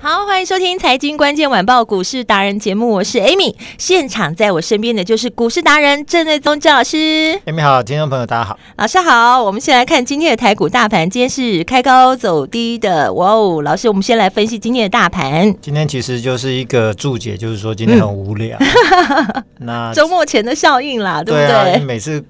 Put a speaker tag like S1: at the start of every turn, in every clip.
S1: 好，欢迎收听《财经关键晚报》股市达人节目，我是 Amy。现场在我身边的就是股市达人郑瑞宗郑老师，
S2: 哎，你好，听众朋友，大家好。
S1: 老师好。我们先来看今天的台股大盘，今天是开高走低的，哇哦！老师，我们先来分析今天的大盘。
S2: 今天其实就是一个注解，就是说今天很无聊。 那
S1: 周末前的效应啦，对不
S2: 啊对
S1: 嗯对？
S2: 啊，因为每次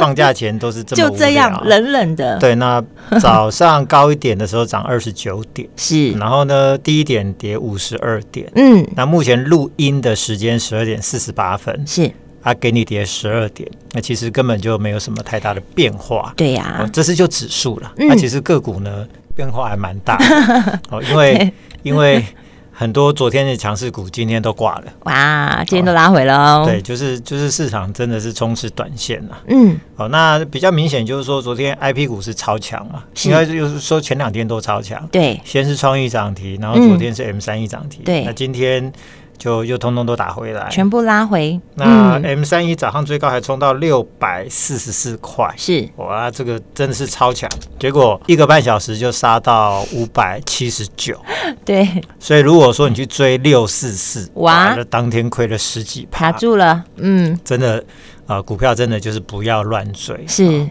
S2: 放假前都是这么
S1: 就这样
S2: 无，聊
S1: 冷冷的，，
S2: 对，那早上高一点的时候涨二十九点，
S1: 是，
S2: 然后呢低一点跌五十二点。
S1: 嗯，
S2: 那目前录音的时间十二点四十八分，
S1: 是
S2: 啊，给你跌十二点，那其实根本就没有什么太大的变化。
S1: 对呀、
S2: 哦，这是就指数了。那、
S1: 啊
S2: 啊
S1: 嗯
S2: 其实个股呢变化还蛮大 的哦，因为因为很多昨天的强势股今天都挂了。
S1: 哇，今天都拉回了、哦，
S2: 对，，就是就是市场真的是充斥短线了、
S1: 嗯，
S2: 哦，那比较明显就是说，昨天 I P 股是超强嘛，
S1: 是
S2: 应该就是说前两天都超强，
S1: 对，
S2: 先是创意涨停，然后
S1: 嗯
S2: 昨天是 M 三一涨停，
S1: 对
S2: 那今天就又通通都打回来。
S1: 全部拉回，
S2: 那哎
S1: 嗯、
S2: M 三一早上最高还冲到六百四十四块，
S1: 是
S2: 哇，这个真的是超强！结果一个半小时就杀到五百七十九，
S1: 对，
S2: 所以如果说你去追六四四，
S1: 哇
S2: 那当天亏了十几
S1: 卡
S2: 趴，
S1: 住了，嗯，
S2: 真的啊、呃股票真的就是不要乱追。
S1: 是，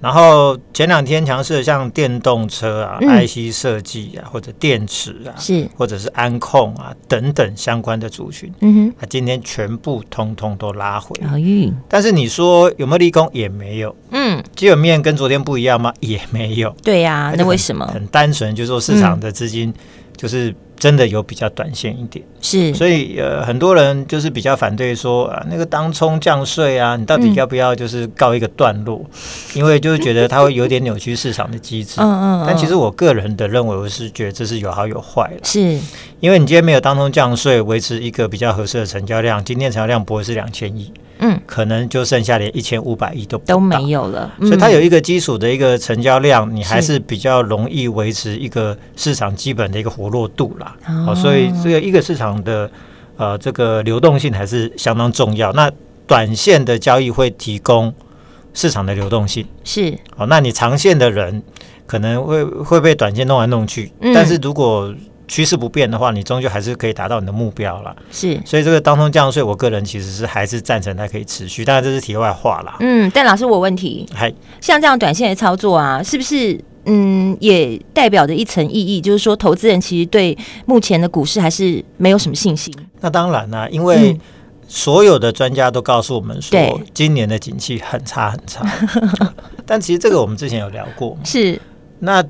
S2: 然后前两天强势的像电动车啊、
S1: 嗯
S2: IC 设计啊，或者电池啊，
S1: 是，
S2: 或者是安控啊等等相关的族群，
S1: 嗯
S2: 啊，今天全部通通都拉回。
S1: 哼，好运，
S2: 但是你说有没有立功？也没有，
S1: 嗯，
S2: 基本面跟昨天不一样吗？也没有。
S1: 对呀、
S2: 啊它就
S1: 那
S2: 很
S1: 为什么嗯
S2: 很单纯，就是说市场的资金就是真的有比较短线一点，
S1: 是？
S2: 所以呃，很多人就是比较反对说啊，那个当冲降税啊，你到底
S1: 嗯
S2: 要不要就是告一个段落？因为就是觉得它会有点扭曲市场的机制。
S1: 嗯嗯嗯，
S2: 但其实我个人的认为，我是觉得这是有好有坏的，
S1: 是
S2: 因为你今天没有当冲降税，维持一个比较合适的成交量，今天成交量不会是两千亿，
S1: 嗯，
S2: 可能就剩下连一千五百亿都不
S1: 都
S2: 到
S1: 没有了，
S2: 所以它
S1: 嗯
S2: 有一个基础的一个成交量，你还
S1: 是
S2: 是比较容易维持一个市场基本的一个活络度啦。
S1: 哦
S2: 哦，所以这个一个市场的呃这个流动性还是相当重要。那短线的交易会提供市场的流动性，
S1: 是
S2: 哦，那你长线的人可能会会被短线弄来弄去，
S1: 嗯
S2: 但是如果趋势不变的话，你终究还是可以达到你的目标啦。
S1: 是，
S2: 所以这个当中降税，我个人其实是还是赞成它可以持续，当然这是题外话啦。
S1: 嗯，但老师我有问题，
S2: 还
S1: 像这样短线的操作啊，是不是？嗯，也代表着一层意义，就是说，投资人其实对目前的股市还是没有什么信心。
S2: 那当然啦、因为
S1: 嗯
S2: 所有的专家都告诉我们说
S1: 对，
S2: 今年的景气很差很差。 但其实这个我们之前有聊过嘛，
S1: 是，
S2: 那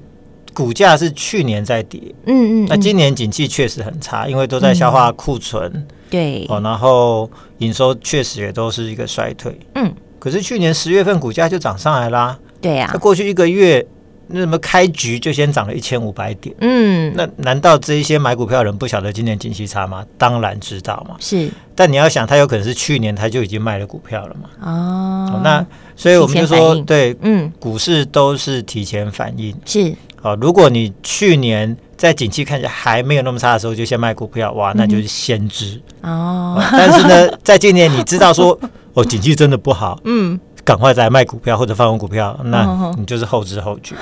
S2: 股价是去年在跌，
S1: 嗯嗯，
S2: 那
S1: 嗯
S2: 今年景气确实很差，因为都在消化库存、
S1: 对，
S2: 哦，然后营收确实也都是一个衰退。
S1: 嗯，
S2: 可是去年十月份股价就涨上来啦，
S1: 对啊
S2: 那，过去一个月。那什么开局就先涨了一千五百点，
S1: 嗯，
S2: 那难道这一些买股票的人不晓得今年景气差吗？当然知道嘛。
S1: 是
S2: 但你要想，他有可能是去年他就已经卖了股票了嘛？
S1: 哦
S2: 哦，那所以我们就
S1: 提前
S2: 说
S1: 反，应
S2: 对，
S1: 嗯
S2: 股市都是提前反应。
S1: 是，
S2: 哦，如果你去年在景气看起来还没有那么差的时候就先卖股票，哇，
S1: 嗯
S2: 那就是先 知。
S1: 哦
S2: 哦，但是呢，在今年你知道说，哦，景气真的不好，
S1: 嗯，
S2: 赶快再卖股票或者放空股票，
S1: 嗯
S2: 那
S1: 嗯
S2: 你就是后知后 觉。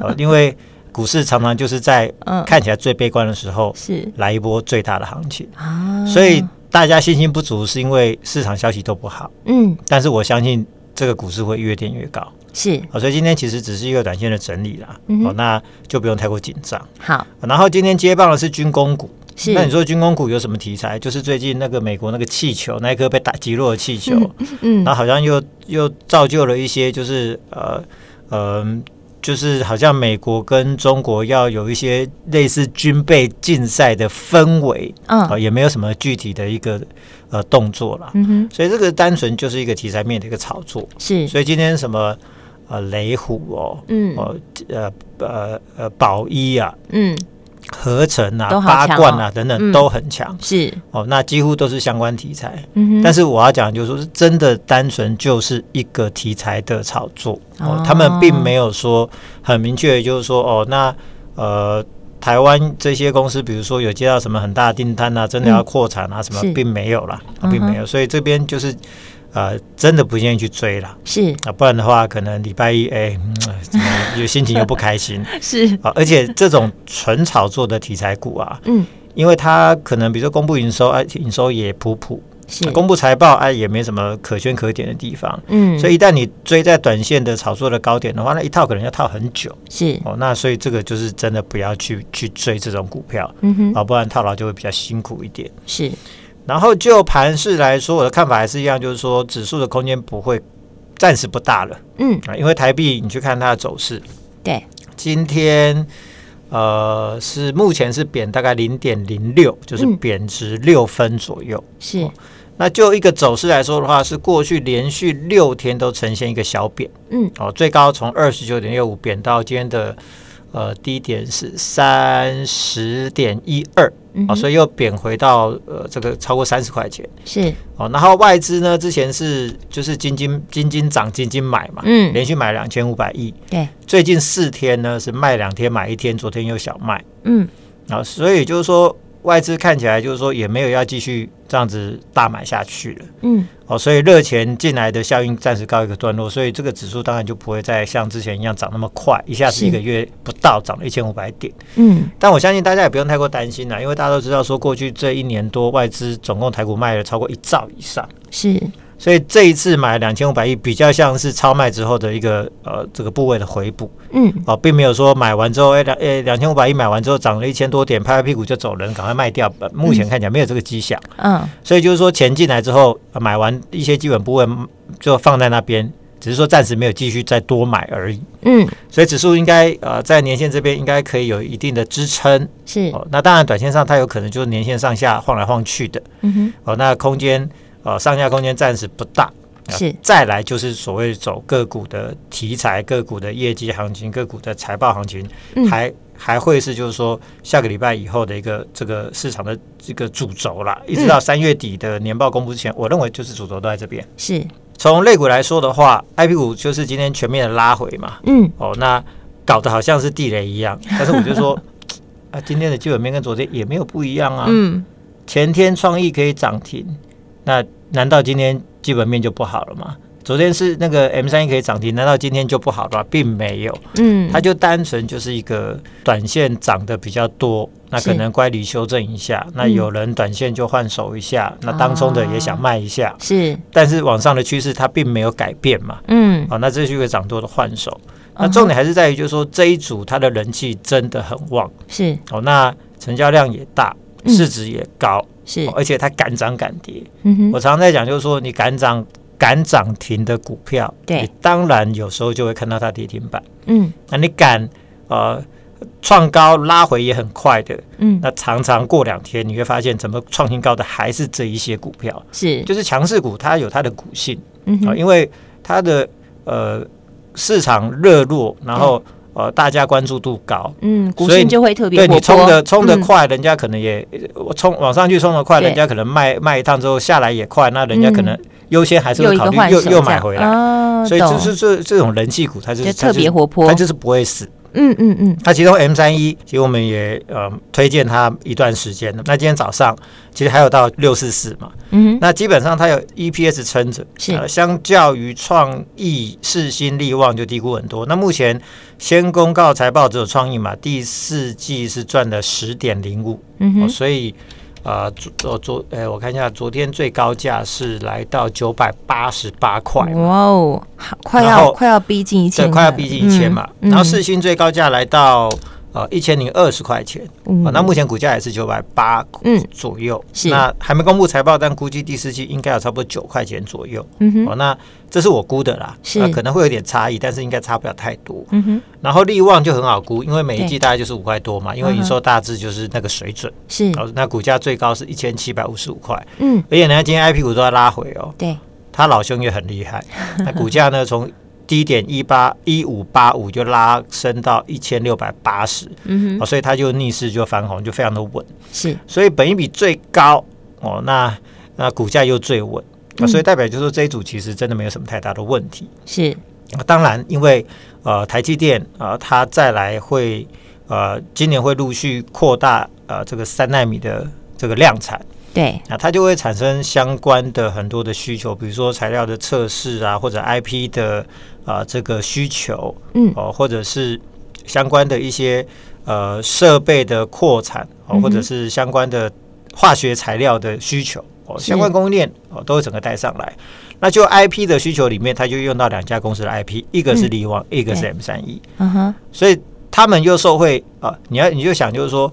S2: 哦因为股市常常就是在
S1: 嗯
S2: 看起来最悲观的时候
S1: 是
S2: 来一波最大的行情，
S1: 啊，
S2: 所以大家信心不足是因为市场消息都不好。
S1: 嗯
S2: 但是我相信这个股市会越垫越高。
S1: 是
S2: 好、所以今天其实只是一个短线的整理啦，
S1: 嗯哼
S2: 哦，那就不用太过紧张。
S1: 好
S2: 然后今天接棒的是军工股，
S1: 是，
S2: 那你说军工股有什么题材？就是最近那个美国那个气球，那一颗被打击落的气球，
S1: 嗯
S2: 那好像又又造就了一些就是呃呃就是好像美国跟中国要有一些类似军备竞赛的氛围，啊、
S1: 嗯
S2: 也没有什么具体的一个呃动作啦。
S1: 嗯哼，
S2: 所以这个单纯就是一个题材面的一个炒作。
S1: 是，
S2: 所以今天什么呃雷虎哦，
S1: 嗯
S2: 哦呃呃呃宝一啊、
S1: 嗯
S2: 合成啊、
S1: 都好
S2: 八
S1: 强
S2: 冠
S1: 哦
S2: 啊等
S1: 嗯
S2: 等都很强、
S1: 是，
S2: 哦，那几乎都是相关题材。
S1: 嗯哼，
S2: 但是我要讲，就是说，真的单纯就是一个题材的炒作，
S1: 哦
S2: 哦，他们并没有说很明确，就是说，哦，那呃，台湾这些公司，比如说有接到什么很大的订单啊，真的要扩产啊，什么
S1: 是，
S2: 并没有啦，
S1: 嗯哼
S2: 啊并没有，所以这边就是。呃，真的不建议去追啦，
S1: 是
S2: 啊，不然的话，可能礼拜一，哎、嗯怎么有心情又不 开心
S1: 是，
S2: 啊。而且这种纯炒作的题材股啊，
S1: 嗯
S2: 因为它可能比如说公布营收，啊，营收也普普，
S1: 是，
S2: 公布财报啊，也没什么可圈可点的地方。
S1: 嗯，
S2: 所以一旦你追在短线的炒作的高点的话，那一套可能要套很久
S1: 是，
S2: 哦。那所以这个就是真的不要去去追这种股票，
S1: 嗯哼，
S2: 啊，不然套牢就会比较辛苦一点。
S1: 是，
S2: 然后就盘势来说，我的看法还是一样，就是说指数的空间不会暂时不大了
S1: 嗯
S2: 啊，因为台币你去看它的走势，
S1: 对，
S2: 今天呃是目前是贬大概零点零六，就是
S1: 嗯
S2: 贬值六分左右。
S1: 是，
S2: 那就一个走势来说的话，是过去连续六天都呈现一个小贬
S1: 嗯
S2: 哦，最高从二十九点六五贬到今天的呃低点是三十点一二
S1: 嗯
S2: 啊，
S1: 哼，
S2: 所以又贬回到呃这个超过三十块钱
S1: 是，
S2: 哦。然后外资呢，之前是就是金金金金涨金金买嘛，
S1: 嗯
S2: 连续买两千五百亿，
S1: 对，
S2: 最近四天呢是卖两天买一天，昨天又小卖。
S1: 嗯
S2: 啊，所以就是说外资看起来就是说也没有要继续这样子大买下去了。
S1: 嗯
S2: 哦，所以热钱进来的效应暂时告一个段落，所以这个指数当然就不会再像之前一样涨那么快，一下
S1: 是
S2: 子一个月不到涨了一千五百点。
S1: 嗯
S2: 但我相信大家也不用太过担心啦，因为大家都知道说过去这一年多外资总共台股卖了超过一兆以上，
S1: 是，
S2: 所以这一次买两千五百亿比较像是超卖之后的一个呃这个部位的回补。
S1: 嗯
S2: 哦，并没有说买完之后，哎两哎两千五百亿买完之后涨了一千多点，拍拍屁股就走人，赶快卖掉。呃目前看起来没有这个迹象，
S1: 嗯
S2: 所以就是说钱进来之后，呃买完一些基本部位嗯就放在那边，只是说暂时没有继续再多买而已。
S1: 嗯
S2: 所以指数应该呃在年线这边应该可以有一定的支撑
S1: 是，
S2: 哦。那当然，短线上它有可能就是年线上下晃来晃去的
S1: 嗯哼
S2: 哦。那空间呃上下空间暂时不大。呃
S1: 是
S2: 再来就是所谓走个股的题材、个股的业绩行情、个股的财报行情，
S1: 嗯
S2: 还还会是就是说下个礼拜以后的一个这个市场的这个主轴啦，一直
S1: 嗯
S2: 到三月底的年报公布之前，我认为就是主轴都在这边。
S1: 是，
S2: 从类股来说的话，I P 股就是今天全面的拉回嘛，
S1: 嗯
S2: 哦，那搞得好像是地雷一样，但是我就说 啊，今天的基本面跟昨天也没有不一样啊，
S1: 嗯
S2: 前天创意可以涨停，那难道今天基本面就不好了吗？昨天是那个 M 三可以涨停，难道今天就不好了吗？并没有，
S1: 嗯
S2: 它就单纯就是一个短线涨得比较多，那
S1: 是
S2: 可能乖离修正一下，那有人短线就换手一下，
S1: 嗯
S2: 那当冲的也想卖一下，
S1: 是，
S2: 但是往上的趋势它并没有改变嘛，
S1: 嗯
S2: 啊，那这是一个涨多的换手。那重点还是在于，就是说这一组它的人气真的很旺
S1: 是
S2: 哦，那成交量也大，
S1: 嗯
S2: 市值也高，
S1: 是
S2: 哦，而且它敢涨敢跌。
S1: 嗯哼
S2: 我常常在讲，就是说你敢涨敢涨停的股票，
S1: 对
S2: 你当然有时候就会看到它跌停板。
S1: 嗯
S2: 那你敢呃创高拉回也很快的，
S1: 嗯
S2: 那常常过两天你会发现，怎么创新高的还是这一些股票，
S1: 是，
S2: 就是强势股它有它的股性
S1: 嗯
S2: 啊、
S1: 哼
S2: 因为它的呃市场热络，然后呃大家关注度高。
S1: 嗯股
S2: 所以
S1: 性就会特别
S2: 对
S1: 活泼，
S2: 你冲的冲的
S1: 嗯
S2: 快，人家可能也呃冲往上去冲的快，
S1: 对嗯
S2: 人家可能卖卖一趟之后下来也快，那人家可能优先还是
S1: 又
S2: 会
S1: 一
S2: 考
S1: 个
S2: 虑
S1: 换
S2: 又
S1: 手
S2: 又
S1: 这
S2: 买
S1: 样
S2: 回来。
S1: 啊，
S2: 所以
S1: 懂
S2: 这是这这种人气股，它就是
S1: 就
S2: 它
S1: 特别
S2: 是
S1: 活泼
S2: 它就是不会死。
S1: 嗯嗯嗯
S2: 它其中 M 三一，其实我们也呃推荐它一段时间的。那今天早上其实还有到六四四嘛，
S1: 嗯哼
S2: 那基本上它有 EPS 撑着，
S1: 是
S2: 呃相较于创意、世新、力旺就低估很多。那目前先公告财报只有创意嘛，第四季是赚了十点零五，
S1: 嗯
S2: 哦
S1: 哼
S2: 所以呃昨昨昨呃我看一下，昨天最高价是来到九百八十八块嘛，
S1: 哇哦，好快
S2: 然
S1: 要
S2: 后
S1: 快要逼近一
S2: 这
S1: 千了，
S2: 快要逼近一千嘛。
S1: 嗯
S2: 然后
S1: 嗯
S2: 世新最高价来到啊一千零二十块钱
S1: 嗯
S2: 啊，那目前股价也是九百八
S1: 嗯
S2: 左右，
S1: 是
S2: 那还没公布财报，但估计第四季应该有差不多九块钱左右。
S1: 嗯哼
S2: 哦，那这是我估的啦，
S1: 是
S2: 啊可能会有点差异，但是应该差不了太多。
S1: 嗯哼，
S2: 然后利旺就很好估，因为每一季
S1: 对嗯
S2: 大概就是五块多嘛，因为营收大致就是那个水准。
S1: 是，
S2: 然后那股价最高是一千七百五十五块，
S1: 嗯，
S2: 而且呢，今天 I P 股都要拉回哦。
S1: 对，
S2: 他老兄也很厉 害，那股价呢从低点一八一五八五就拉升到一千六百八十，
S1: 嗯哼，
S2: 哦，所以它就逆势就翻红，就非常的稳。
S1: 是，
S2: 所以本一比最高哦，那那股价又最稳、啊
S1: 嗯
S2: 所以代表就是说这一组其实真的没有什么太大的问题。
S1: 是，
S2: 啊当然，因为呃台积电啊、呃它再来会呃今年会陆续扩大呃这个三纳米的这个量产。
S1: 对，
S2: 那它就会产生相关的很多的需求，比如说材料的测试啊，或者 IP 的啊、呃这个需求
S1: 嗯，
S2: 哦、或者是相关的一些呃设备的扩产哦、
S1: 嗯哼
S2: 或者是相关的化学材料的需求哦、
S1: 是
S2: 相关供应链哦、都会整个带上来。那就 IP 的需求里面，它就用到两家公司的 IP，一个是
S1: 嗯
S2: 力旺，一个是
S1: 对
S2: M 三一，
S1: 嗯哼，
S2: 所以他们又受惠啊、你要你就想就是说，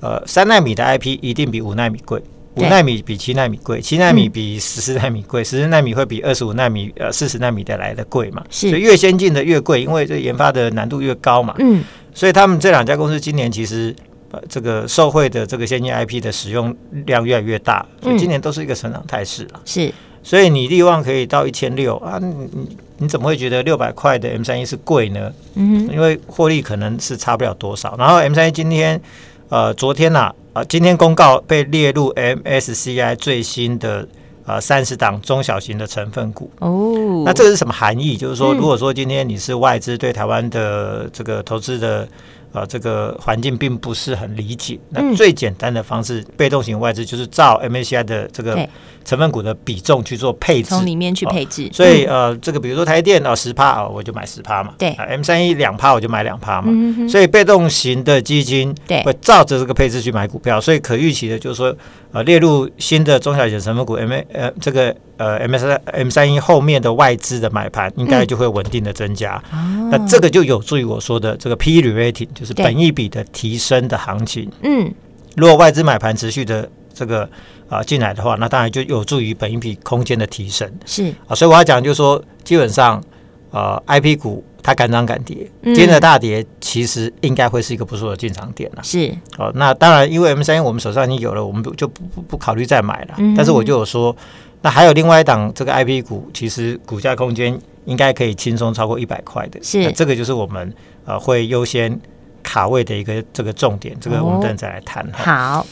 S2: 呃，三纳米的 IP 一定比五纳米贵，五
S1: 对嗯
S2: 纳米比七纳米贵，七纳米比十四纳米贵，十四纳米会比二十五纳米呃四十纳米的来的贵嘛。
S1: 是
S2: 所以越先进的越贵，因为这研发的难度越高嘛。
S1: 嗯，
S2: 所以他们这两家公司今年其实。呃，这个受惠的这个先进 IP 的使用量越来越大，所
S1: 嗯
S2: 以今年都是一个成长态势啊。
S1: 是，
S2: 所以你力旺可以到一千六啊，你你你怎么会觉得六百块的 M 三一是贵呢？
S1: 嗯哼，
S2: 因为获利可能是差不了多少。然后 M 三今天，呃，昨天呐、啊，今天公告被列入 MSCI 最新的呃三十档中小型的成分股。
S1: 哦，
S2: 那这个是什么含义？就是说，
S1: 嗯
S2: 如果说今天你是外资对台湾的这个投资的呃这个环境并不是很理解，
S1: 嗯
S2: 那最简单的方式，被动型外资就是照 MSCI 的这个
S1: 对
S2: 成分股的比重去做配置
S1: 从。里面去
S2: 哦
S1: 配置，
S2: 所以呃，这个比如说台电啊十趴啊，我就买十趴嘛。
S1: 嗯
S2: 啊
S1: 对
S2: ，M 三一两趴我就买两趴嘛。
S1: 嗯，嗯哼，
S2: 所以被动型的基金
S1: 对
S2: 会照着这个配置去买股票，所以可预期的就是说，呃，列入新的中小型成分股 M 呃这个呃 M 三 M 三一后面的外资的买盘应该就会稳定的增加。
S1: 嗯哦
S2: 那这个就有助于我说的这个 P E rating，就是
S1: 对
S2: 本益比的提升的行情。
S1: 嗯，
S2: 如果外资买盘持续的这个啊、呃进来的话，那当然就有助于本益比空间的提升。
S1: 是，
S2: 啊，所以我要讲就是说，基本上呃，IP 股它敢涨敢跌，
S1: 嗯
S2: 今天的大跌其实应该会是一个不错的进场点了、
S1: 是，
S2: 哦，那当然，因为 M 三我们手上已经有了，我们不就不不不考虑再买了。
S1: 嗯
S2: 但是我就有说，那还有另外一档这个 IP 股，其实股价空间应该可以轻松超过一百块的。
S1: 是
S2: 那这个就是我们呃会优先卡位的一个这个重点，这个我们
S1: 哦
S2: 等一下再来谈哈。
S1: 好，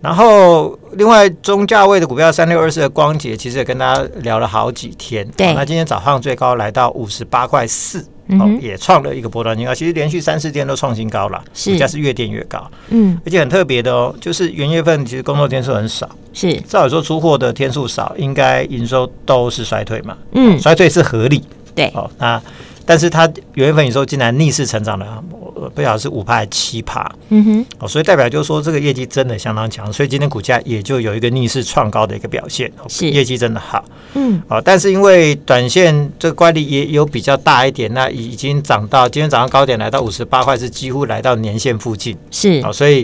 S2: 然后，另外中价位的股票三六二四的光洁，其实也跟大家聊了好几天。
S1: 对
S2: 好那今天早上最高来到五十八块四、
S1: 嗯
S2: 哦
S1: 哼，
S2: 也创了一个波段新高。其实连续三四天都创新高了，
S1: 是
S2: 股价是越垫越高，
S1: 嗯，
S2: 而且很特别的哦，就是元月份其实工作天数很少，
S1: 是，
S2: 照理说出货的天数少，应该营收都是衰退嘛，
S1: 嗯，
S2: 衰退是合理
S1: 对，
S2: 哦。那但是它元月份营收竟然逆势成长了，呃不晓得是五派七趴。
S1: 嗯哼，
S2: 哦，所以代表就是说这个业绩真的相当强，所以今天股价也就有一个逆势创高的一个表现，哦
S1: 是
S2: 业绩真的好。
S1: 嗯，
S2: 哦，但是因为短线这个乖离也有比较大一点，那已经涨到今天早上高点来到五十八块，是几乎来到年线附近，
S1: 是
S2: 哦，，所以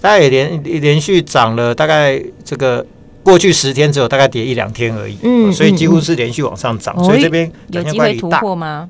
S2: 大概也连连续涨了大概这个。过去十天只有大概跌一两天而已，
S1: 嗯
S2: 哦所以几
S1: 嗯
S2: 乎
S1: 嗯
S2: 是连续往上涨，
S1: 哦
S2: 所以这边
S1: 有
S2: 短线
S1: 机
S2: 乖
S1: 会
S2: 离
S1: 突
S2: 大，
S1: 破吗？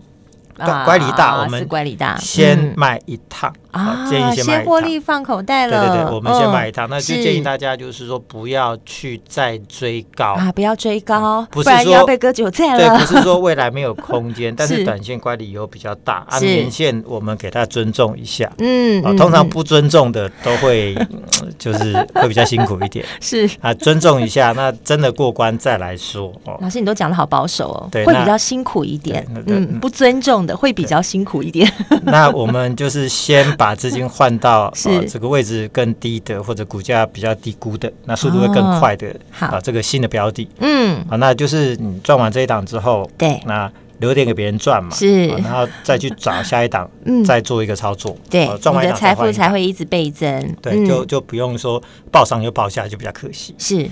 S1: 啊
S2: 乖乖离大我们
S1: 是乖离大，
S2: 先
S1: 嗯
S2: 卖一趟
S1: 啊，
S2: 建议先卖一
S1: 先
S2: 趟
S1: 获利放口袋
S2: 对
S1: 了，
S2: 对对，我们先
S1: 嗯
S2: 买一趟，那就是建议大家就是说不要去再追高。
S1: 啊，不要追高，
S2: 嗯不是
S1: 然又
S2: 说
S1: 要被割韭菜
S2: 对，不
S1: 了。
S2: 是说未来没有 空间，但
S1: 是
S2: 是短线乖离有比较大，啊，
S1: 是
S2: 年线我们给它尊重一下。
S1: 嗯
S2: 啊，
S1: 嗯
S2: 通常
S1: 嗯
S2: 不尊重的都会，嗯就是会比较辛苦一点
S1: 是
S2: 啊。尊重一下，那真的过关再来说 哦。
S1: 老师，你都讲的好保守哦，
S2: 对
S1: 会
S2: 那
S1: 比较辛苦一点
S2: 对，那
S1: 嗯，
S2: 那
S1: 不尊重的会比较辛苦一点，
S2: 那我们就是先把资金换 到
S1: 是
S2: 啊这个位置更低的，或者股价比较低估的，那速度会更
S1: 哦
S2: 快的
S1: 好
S2: 啊，这个新的标的。
S1: 嗯，
S2: 啊，那就是你赚完这一档之后，
S1: 对
S2: 那留点给别人赚嘛，
S1: 是
S2: 啊然后再去找下一档，
S1: 嗯
S2: 再做一个操作，
S1: 对，
S2: 啊赚
S1: 你
S2: 完一
S1: 的
S2: 档
S1: 财
S2: 再换
S1: 富
S2: 一
S1: 才
S2: 档，
S1: 会一直倍增，
S2: 对，就
S1: 嗯
S2: 就不用说报上又报下，就比较可惜。
S1: 是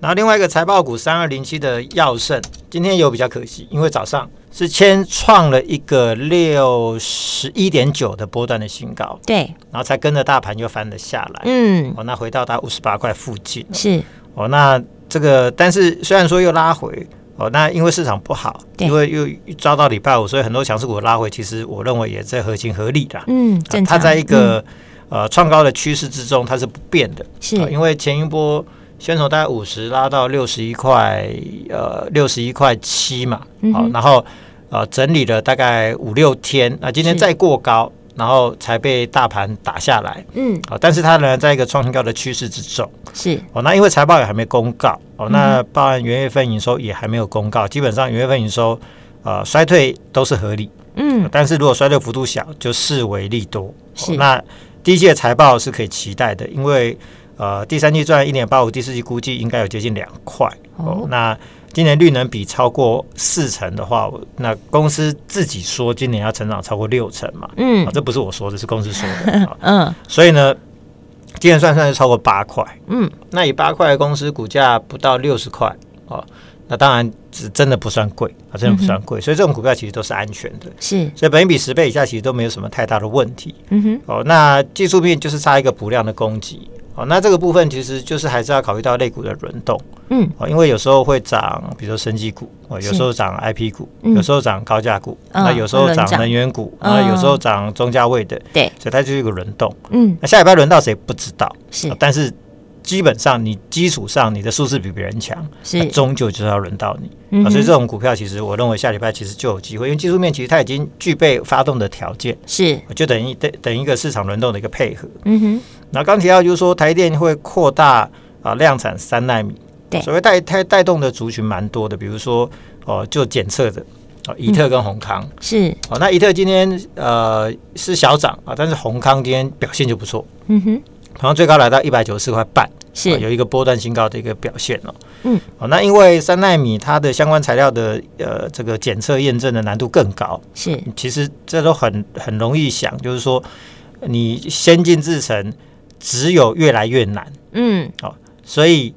S2: 然后另外一个财报股三二零七的药盛，今天有比较可惜，因为早上是先创了一个六十一点九的波段的新高，
S1: 对，
S2: 然后才跟着大盘又翻了下来。
S1: 嗯，
S2: 哦，那回到它五十八块附近。
S1: 是，
S2: 哦，那这个但是虽然说又拉回，哦，那因为市场不好，
S1: 对
S2: 因为又抓到礼拜五，所以很多强势股拉回，其实我认为也在合情合理的。
S1: 嗯，
S2: 啊
S1: 正常。
S2: 它在一
S1: 嗯
S2: 个、呃创高的趋势之中，它是不变的。
S1: 是
S2: 啊因为前一波先从大概五十拉到六十一块，呃，六十一块七嘛，好、
S1: 嗯
S2: 然后呃整理了大概五六天，那、今天
S1: 是
S2: 再过高，然后才被大盘打下来。
S1: 嗯
S2: 好、但是它仍然在一个创新高的趋势之中。
S1: 是
S2: 哦，那因为财报也还没公告，哦，那
S1: 嗯
S2: 包含元月份营收也还没有公告，基本上元月份营收呃衰退都是合理。
S1: 嗯
S2: 但是如果衰退幅度小，就视为利多。
S1: 是
S2: 哦那第一季的财报是可以期待的，因为呃第三季赚一点八五，第四季估计应该有接近两块。
S1: 哦
S2: 那今年率能比超过四成的话，我那公司自己说今年要成长超过六成嘛？
S1: 嗯
S2: 啊，这不是我说的，是公司说 的。啊
S1: 嗯
S2: 所以呢，今年算算是超过八块。
S1: 嗯，
S2: 那以八块的公司股价不到六十块哦，那当然只真的不算贵啊，真的不算
S1: 嗯
S2: 贵。所以这种股票其实都是安全的。
S1: 是
S2: 所以本益比十倍以下其实都没有什么太大的问题
S1: 嗯哼
S2: 哦。那技术面就是差一个补量的供给哦。那这个部分其实就是还是要考虑到类股的轮动
S1: 嗯
S2: 哦，因为有时候会涨，比如说生技股哦，有时候涨 IP 股，
S1: 嗯
S2: 有时候涨高价股，
S1: 嗯
S2: 那有时候
S1: 轮
S2: 涨
S1: 涨
S2: 能源股，
S1: 嗯
S2: 那有时候涨中价位的，
S1: 对
S2: 所以它就是一个轮动。
S1: 嗯
S2: 那下礼拜轮到谁不知道，
S1: 是
S2: 哦但是基本上你基础上你的数字比别人强，那
S1: 是
S2: 终究就是要轮到你。
S1: 嗯
S2: 啊，
S1: 哼
S2: 所以这种股票其实我认为下礼拜其实就有机会，因为技术面其实它已经具备发动的条件，
S1: 是
S2: 就等于等等一个市场轮动的一个配合。
S1: 嗯哼
S2: 那刚提到就是说台电会扩大啊量产三纳米，
S1: 对
S2: 所谓带带带动的族群蛮多的，比如说哦、就检测的。哦，怡特跟宏康，
S1: 是
S2: 哦，那怡特今天呃是小涨啊，但是宏康今天表现就不错，
S1: 嗯哼
S2: 然后最高来到一百九十四块半，啊有
S1: 是
S2: 一个波段新高的一个表现哦。
S1: 嗯，
S2: 哦，那因为三纳米它的相关材料的呃这个检测验证的难度更高，
S1: 是
S2: 其实这都很很容易想，就是说你先进制程只有越来越难，
S1: 嗯
S2: 所以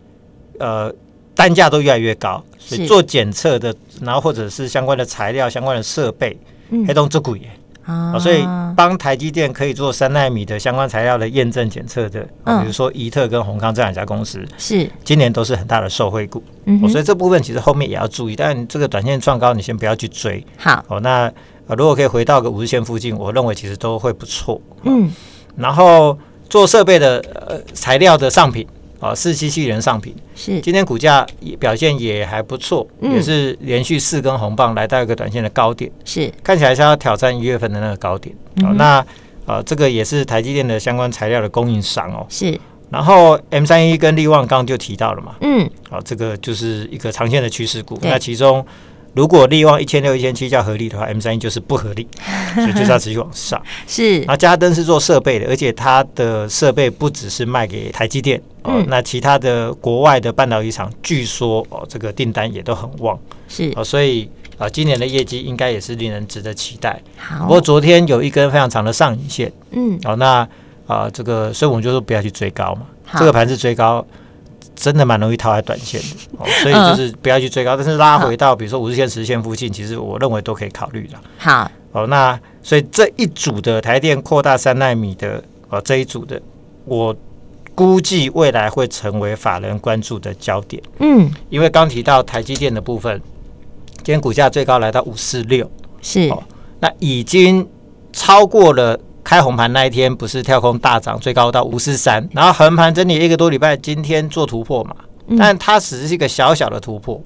S2: 呃单价都越来越高，所以
S1: 是
S2: 做检测的，然后或者是相关的材料、相关的设备，黑
S1: 嗯
S2: 洞之鬼。
S1: 啊
S2: 啊，所以帮台积电可以做三纳米的相关材料的验证检测的，啊
S1: 嗯
S2: 比如说怡特跟宏康这两家公司，
S1: 是
S2: 今年都是很大的受惠股、
S1: 嗯
S2: 哦，所
S1: 哼
S2: 以这部分其实后面也要注意，但这个短线创高你先不要去追
S1: 好
S2: 哦。那、呃如果可以回到个五日线附近，我认为其实都会不错。
S1: 嗯
S2: 然后做设备的呃材料的上品。啊，四七七人上品，
S1: 是
S2: 今天股价也表现也还不错，
S1: 嗯
S2: 也是连续四根红棒来到一个短线的高点。
S1: 是
S2: 看起来是要挑战一月份的那个高点。
S1: 嗯
S2: 哦，那呃，这个也是台积电的相关材料的供应商哦。
S1: 是
S2: 然后 M 三一跟力旺刚刚就提到了嘛，
S1: 嗯
S2: 哦，这个就是一个长线的趋势股。
S1: 对
S2: 那其中如果力旺一千六、一千七叫合理的话，M 三一就是不 合理，所以就是要持续往上。
S1: 是
S2: 然后嘉登是做设备的，而且它的设备不只是卖给台积电哦，
S1: 嗯
S2: 那其他的国外的半导体厂据说哦，这个订单也都很旺
S1: 是
S2: 哦，所以啊、呃今年的业绩应该也是令人值得期待。
S1: 好
S2: 不过昨天有一根非常长的上影线，
S1: 嗯
S2: 哦，那啊、这个，所以我们就说不要去追高嘛。
S1: 好
S2: 这个盘是追高，真的蛮容易套在短线的，哦、所以就是不要去追高。但是拉回到比如说五日线、十日线附近，其实我认为都可以考虑的。
S1: 好
S2: 哦，那所以这一组的台电扩大三纳米的哦这一组的，我估计未来会成为法人关注的焦点，
S1: 嗯
S2: 因为刚提到台积电的部分，今天股价最高来到五四六。
S1: 是
S2: 哦那已经超过了开红盘那一天，不是跳空大涨，最高到五四三，然后横盘整理一个多礼拜，今天做突破嘛，但它只是一个小小的突破，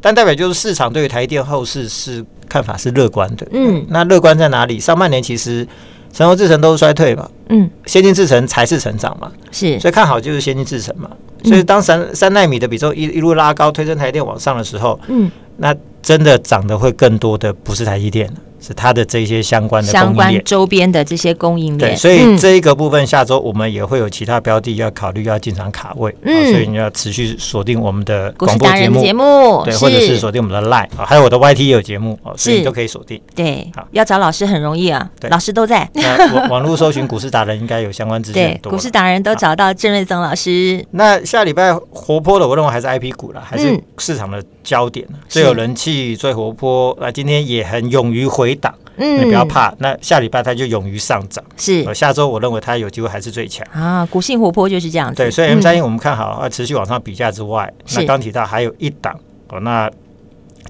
S2: 但代表就是市场对于台电后市是看法是乐观的。
S1: 嗯
S2: 那乐观在哪里？上半年其实成熟制程都是衰退嘛，
S1: 嗯
S2: 先进制程才是成长嘛，
S1: 是
S2: 所以看好就是先进制程嘛。
S1: 嗯
S2: 所以当三三纳米的比重一一路拉高，推升台电往上的时候，
S1: 嗯
S2: 那真的涨的会更多的不是台积电了是它的这些相关的
S1: 相
S2: 供应
S1: 关
S2: 链。
S1: 周边的这些供应
S2: 对，
S1: 链。
S2: 所以
S1: 嗯
S2: 这一个部分下周我们也会有其他标的要考虑，要进场卡位。
S1: 嗯
S2: 啊所以你要持续锁定我们的
S1: 股
S2: 广
S1: 市
S2: 播
S1: 达
S2: 节
S1: 人
S2: 目，
S1: 节目，
S2: 对，或者是锁定我们的 Line 啊，还有我的 YT 也有节目哦，所以
S1: 是
S2: 你都可以锁定。
S1: 对
S2: 好，
S1: 要找老师很容易啊，
S2: 对
S1: 老师都在。
S2: 那网网络搜寻股市达人应该有相关资讯
S1: 对
S2: 很，多了。
S1: 股市达人都找到郑瑞增老师，
S2: 那下礼拜活泼的，我认为还是 IP 股了，还是
S1: 嗯
S2: 市场的焦点啊最
S1: 是
S2: 有人气、最活泼。那今天也很勇于回档，
S1: 嗯
S2: 你不要，怕。那下礼拜它就勇于上涨。
S1: 是
S2: 呃，下周我认为它有机会还是最强。
S1: 啊，股性活泼就是这样子。
S2: 对，所以 M
S1: 嗯
S2: 三一我们看好啊，持续往上比价之外，
S1: 是
S2: 那刚提到还有一档哦，那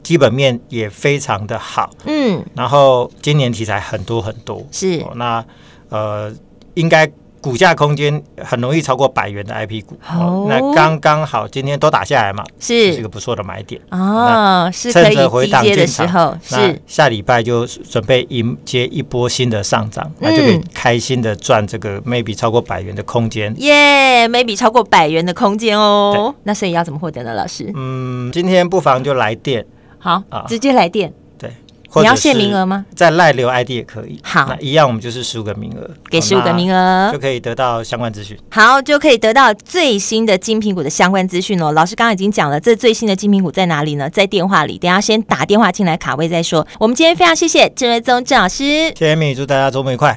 S2: 基本面也非常的好，
S1: 嗯
S2: 然后今年题材很多很多，
S1: 是
S2: 哦，那呃应该。股价空间很容易超过百元的 IP 股，
S1: 哦
S2: 那刚刚好今天都打下来嘛，这是一
S1: 是
S2: 个不错的买点。
S1: 啊，是可
S2: 趁
S1: 以
S2: 着回
S1: 低
S2: 档
S1: 接的
S2: 进
S1: 时
S2: 场
S1: 候
S2: 那
S1: 是
S2: 下礼拜就准备迎接一波新的上涨，那就可以
S1: 嗯
S2: 开心的赚这个 maybe 超过百元的空间。
S1: 耶，maybe 超过百元的空间哦。那所以要怎么获得呢，老师？
S2: 嗯，今天不妨就来电，
S1: 好
S2: 啊，
S1: 直接来电，
S2: 对，或
S1: 你
S2: 者
S1: 要限名
S2: 是
S1: 额吗？
S2: 在赖留 ID 也可以。
S1: 好
S2: 那一样我们就是十五个名额，
S1: 给十五个名
S2: 额
S1: 额
S2: 就。可以得到相关资讯。
S1: 好，就可以得到最新的金苹果的相关资讯哦。老师刚刚已经讲了，这最新的金苹果在哪里呢？在电话里，等一下先打电话进来卡位再说。我们今天非常谢谢郑瑞宗郑老师。
S2: 谢谢米，祝大家周末愉快。